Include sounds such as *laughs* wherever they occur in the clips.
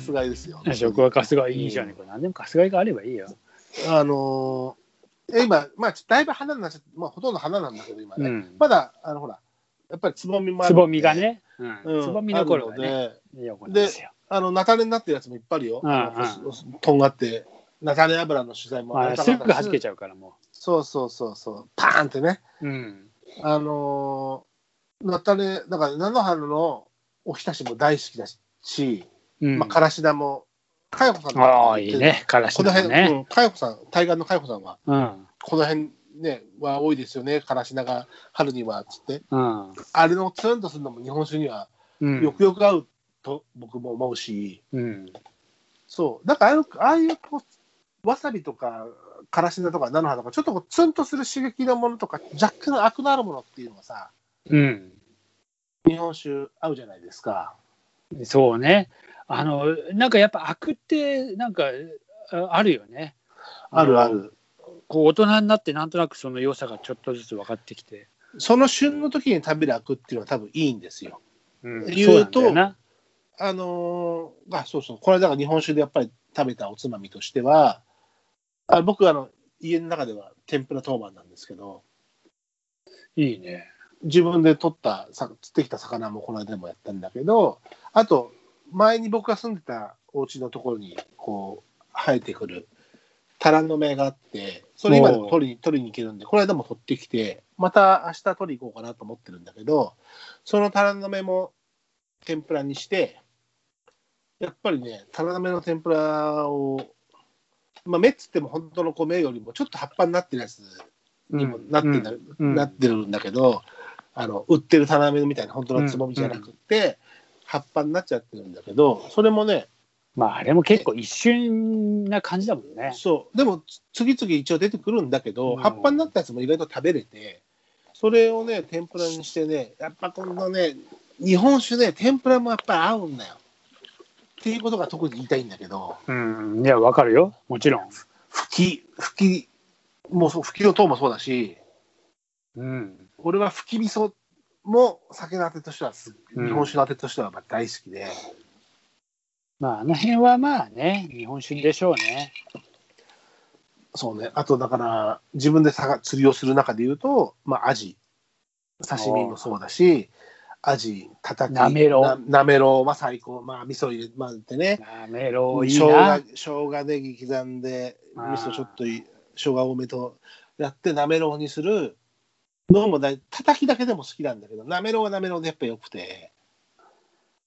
すがいですよ。食は春日井いいじゃねえか。何でも春日井があればいいよ。あのーえ今、まあ、ちょだいぶ花になっちゃって、まあ、ほとんど花なんだけど、今ね。うんまだ、あの、ほら、やっぱりつぼみもあるつぼみが、ね。うんうんつぼみの頃があね。るのでいいよ、これですよ。あの、菜種になってるやつもいっぱいあるよ。うんうんとんがって、菜種油の取材もまあ、すぐ弾けちゃう。ゃうからもそうそうそうそう。パーンってね。う。うん。あのー、菜種、だから菜の花のおひたしも大好きだし、うんまあ、からしだも、かよこさんああ、いいね。。からしこのだ辺、ね。うん、かよこさん、対岸のかよこさんは、うん。この辺ね、は多いですよね、からしなが春には、つって。うん。あれのツンとするのも日本酒には、うんよくよく合うと僕も思うし、うん。そう、だからああいう、ああいうこう、わさびとか、からし菜とか、菜の花とか、ちょっとこうツンとする刺激のものとか、若干アクのあるものっていうのがさ、うん。日本酒合うじゃないですか。そうね。あの、なんかやっぱアクって、なんか、ああるよね。あるある。の。こう、大人になって、なんとなくその良さがちょっとずつ分かってきて。その旬の時に食べるアクっていうのは多分いいんですよ。うん言うとそうなんだよなあのーあ、そうそう、これだから日本酒でやっぱり食べたおつまみとしては、あ僕あの、家の中では天ぷら当番なんですけど、いいね。自分で取った、さ釣ってきた魚もこの間もやったんだけど、あと、前に僕が住んでたお家のところに、こう、生えてくる、タラの芽があって、それ今でも取りに取りに行けるんで、この間も取ってきて、また明日取り行こうかなと思ってるんだけど、そのタラの芽も天ぷらにして、やっぱりね、タラの芽の天ぷらを、まあ、芽っつっても本当のこう芽よりもちょっと葉っぱになってるやつにもなってんだ、うんなってるんだけど、あの売ってる棚目みたいな本当のつぼみじゃなくて、葉っぱになっちゃってるんだけどそれもねまあ、あれも結構一瞬な感じだもんね。そうでもつ次々一応出てくるんだけど、うん葉っぱになったやつも意外と食べれてそれをね天ぷらにしてねやっぱこのね日本酒ね天ぷらもやっぱ合うんだよっていうことが特に言いたいんだけどうん。いや、わかるよ。もちろん。吹き吹きもうそう吹きの塔もそうだしうん。俺は吹き味噌も酒のあてとしてはすうん日本酒のあてとしてはまあ大好きで、まあ、あの辺はまあね、日本酒でしょうね。そうねあとだから自分でさが釣りをする中で言うとまあアジ刺身もそうだしアジたたきなめろうななめろうまあ最高まあ味噌入れまあってねなめろういい生な姜。生姜ネギ刻んであ味ー噌ちょっとい生姜多めとやってなめろうにするのもだいたたきだけでも好きなんだけどなめろうはなめろうでやっぱよくて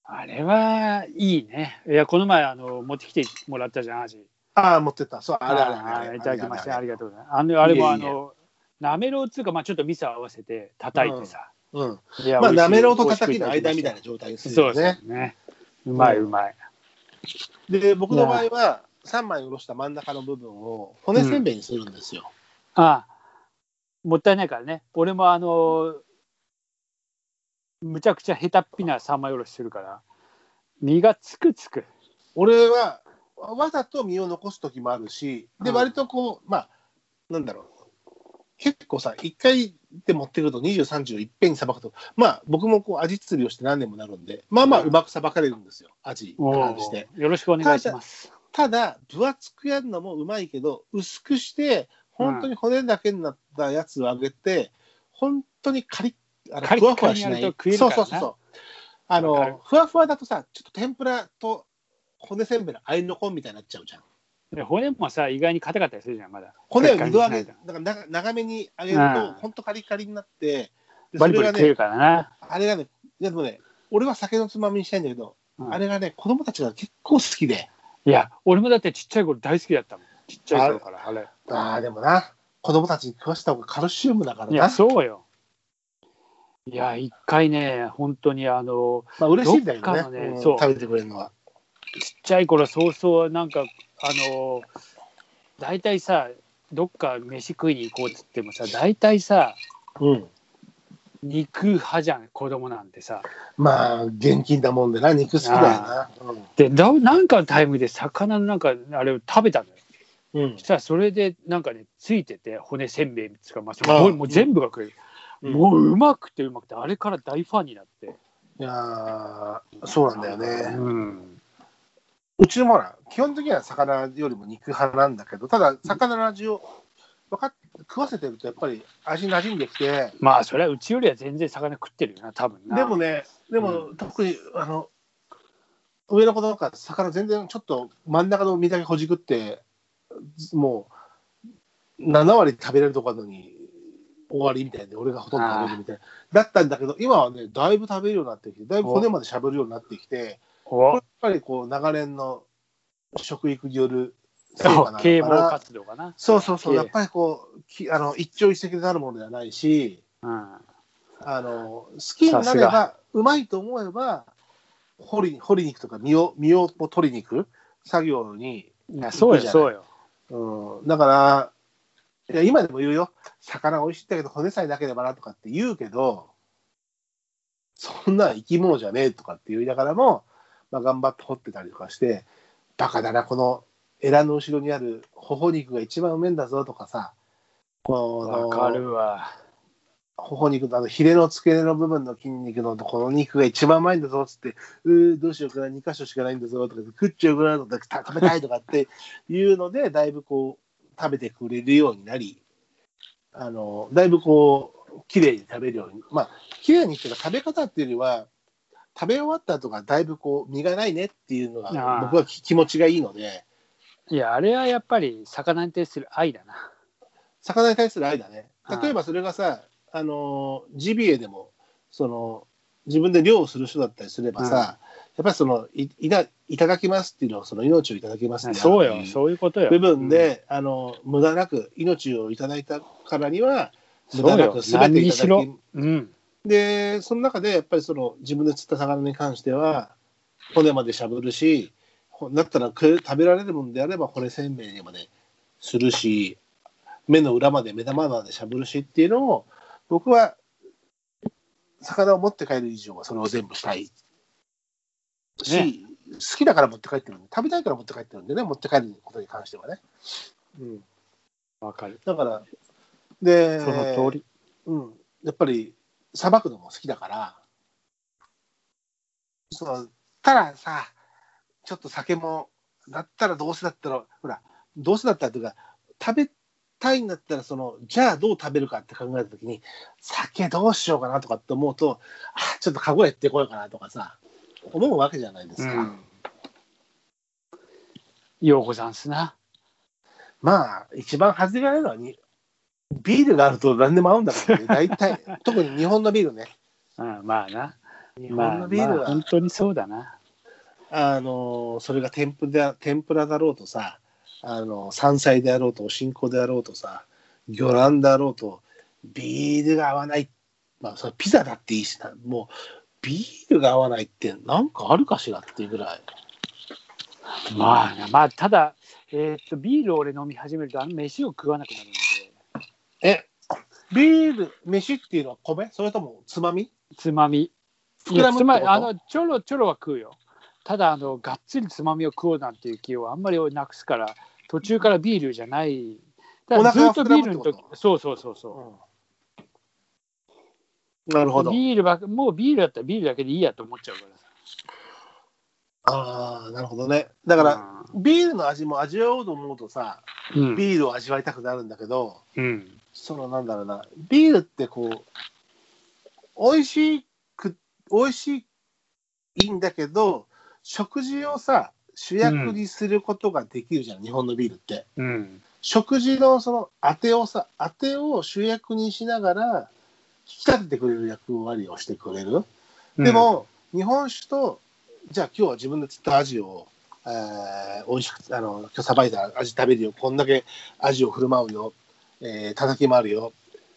あれはいいね。いや、この前、あの、持ってきてもらったじゃん、アジ。ああ持ってったそうああれあれああれいただきました。ありがとううございます。あの、あれも、いえあいえの、なめろうっつうか、まあ、ちょっと味噌合わせて、叩いてさ。うんいやまあ美味しないめろうとたたきの間みた美味しくいだな状態にきすまるしたそようですね。うまい、うんうまい。で僕の場合は3枚おろした真ん中の部分を骨せんべいにするんですよ。ああもったいないからね。俺も、あの、むちゃくちゃ下手っぴな三枚おろしするから、身がつくつく。俺はわざと身を残す時もあるしでうん割とこうまあなんだろう結構さ1回で持ってくると2030いっぺんにさばくとまあ僕もこう味釣りをして何年もなるんでまあまあうんうまくさばかれるんですよ味感じて。よろしくお願いします。ただ分厚くやるのもうまいけど薄くして本当に骨だけになったやつをあげて、本当にカリッあのカリふわッふカリわにしやなるいと食えるかそうらなそうそうそうあわかるのふわふわだとさちょっと天ぷらと骨せんべいの合いの子みたいになっちゃうじゃんで骨もさ、意外に硬かったりするじゃん、まだ。骨を二度揚げカリカだかリにしないら長長めに揚げるうんと本当カリカリになってでそバリれバがリ食えねるからな。あれがねいやでもね俺は酒のつまみにしたいんだけど、うんあれがね子供たちが結構好きでいや、俺もだってちっちゃい頃大好きだったもん。ちっちゃい頃から、あれ。ああでもな子供たちに食わした方がカルシウムだからいなや、そうよ。いや、一回ね、本当にあの、まあ嬉しいんだけどどねっかのねうんそう食べてくれるのは。ちっちゃい頃早々、なんか、あの、大体さ、どっか飯食いに行こうっつってもさ、大体さ、うん、肉派じゃん、子供なんてさ。まあ現金だもんでな肉好きだよな。で、だなんかのタイムで魚のなんか、あれを食べたのよ。うんうんそしたらそれでなんかねついてて骨せんべいつかまあそああのもう全部が食える、うんもううまくてうまくてあれから大ファンになっていやーそうなんだよね。うんうちもほら、基本的には魚よりも肉派なんだけど、ただ、魚の味を分かっ食わせてると、やっぱり味馴染んできて、まあそれはうちよりは全然魚食ってるよな多分なでもね、でも、特に、あの、上の子とか魚全然ちょっと真ん中の身だけほじくって、もう、7割食べれるとこなのに、終わりみたいで、俺がほとんど食べるみたいな。だったんだけど、今はね、だいぶ食べるようになってきて、だいぶ骨までしゃべるようになってきて、これおやっぱりこう長年の食育による成そ果なうの啓蒙かな。活動かなそうそうそう、ええやっぱりこうきあの一朝一夕でなるものではないし、うんあの好きにさなすればが、うまいと思えば、掘り掘りに行くとか、身を身を取りに行く作業に、いやそうよいいじゃないそうようん、だからいや、今でも言うよ、魚美味しいんだけど、骨さえなければなとかって言うけど、そんなん生き物じゃねえとかって言いながらも、まあ、頑張って掘ってたりとかして、バカだな、このエラの後ろにある頬肉が一番うめえんだぞとかさ、こわかのるわ頬肉のあのヒレの付け根の部分の筋肉のこの肉が一番うまいんだぞっつって、うー、どうしようかな、2箇所しかないんだぞとか、食っちゃうぐらいのとか、た食べたいとかっていうので、だいぶこう、食べてくれるようになり、あの、だいぶこう、綺麗に食べるように、まあ、綺麗にっていうか、食べ方っていうよりは、食べ終わった後がだいぶこう、身がないねっていうのあがー、僕はき気持ちがいいので、いやあれはやっぱり魚に対する愛だな魚に対する愛だね。はい例えばそれがさ、あのージビエでもその自分で漁をする人だったりすればさ、うんやっぱりそのいいないただきますっていうのはその命をいただきますっていそうようそういうことよ部分で、あの無駄なく命をいただいたからにはうん無そ駄うなよく全て何いにたしだろきうんでその中でやっぱりその自分で釣った魚に関しては骨までしゃぶるしほだったら食え食べられるものであれば骨せんべいにまでするし目の裏まで目玉までしゃぶるしっていうのを僕は魚を持って帰る以上はそれを全部したいし、ね好きだから持って帰ってるんで食べたいから持って帰ってるんでね持って帰ることに関してはね、うん、わかるだからでその通りうん、やっぱりさばくのも好きだからそうたださちょっと酒もだったらどうせだったらほらどうせだったらというか食べたいんだったらそのじゃあどう食べるかって考えた時に酒どうしようかなとかって思うとあちょっとかごへ行ってこようかなとかさ思うわけじゃないですか、うんようござんすなまあ一番外れられるのはにビールがあると何でも合うんだからね大体 *laughs* 特に日本のビールねうんまあな日本まのあビールは、まあ本当にそうだなあのそれが天ぷら天ぷらだろうとさあの山菜であろうとお新香であろうとさ魚卵であろうとビールが合わない、まあ、それピザだっていいしなもうビールが合わないってなんかあるかしらっていうぐらいまあなまあただえーっとビールを俺飲み始めるとあの飯を食わなくなるのでえビール飯っていうのは米それともつまみつまみい膨らやむっつてまこりとあのちょろちょろは食うよただあのがっつりつまみを食おうなんていう気をあんまりなくすから途中からビールじゃないただお腹ずがっとビールの膨らむって時ことそうそうそうそうんなるほうどビールばっかもうビールだったらビールだけでいいやと思っちゃうからさああなるほどねだから、ビールの味も味わおうと思うとさうんビールを味わいたくなるんだけど、うんそのなんだろうなビールってこう美味しく美味しいいいんだけど食事をさ主役にすることができるじゃん、日本のビールってうん食事のその当てをさ当てを主役にしながら引き立ててくれる役割をしてくれるでも、日本酒と、じゃあ今日は自分で釣ったアジを、えー、美味しく、あの、今日さばいたアジ食べるよ、こんだけアジを振る舞うよ、えー、叩きもあるよ、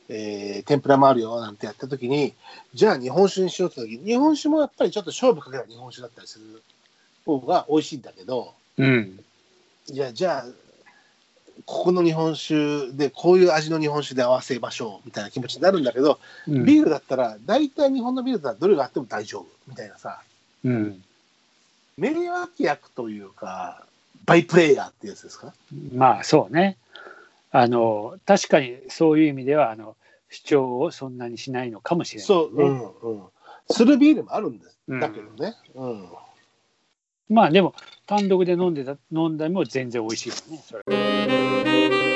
えー、天ぷらもあるよ、なんてやった時に、じゃあ日本酒にしようって時に、日本酒もやっぱりちょっと勝負かけた日本酒だったりする方が美味しいんだけど、うんじゃあ、じゃあ、ここの日本酒で、こういう味の日本酒で合わせましょう、みたいな気持ちになるんだけど、うんビールだったら、大体日本のビールだったらどれがあっても大丈夫、みたいなさ。うんメリワキ役というか、バイプレイヤーってやつですかまあそうねあの確かにそういう意味ではあの主張をそんなにしないのかもしれない、ね、う、うんうん。するビールもあるんです。うんだけどね。うん。まあでも単独で飲んでた飲んだのも全然美味しいですねそれ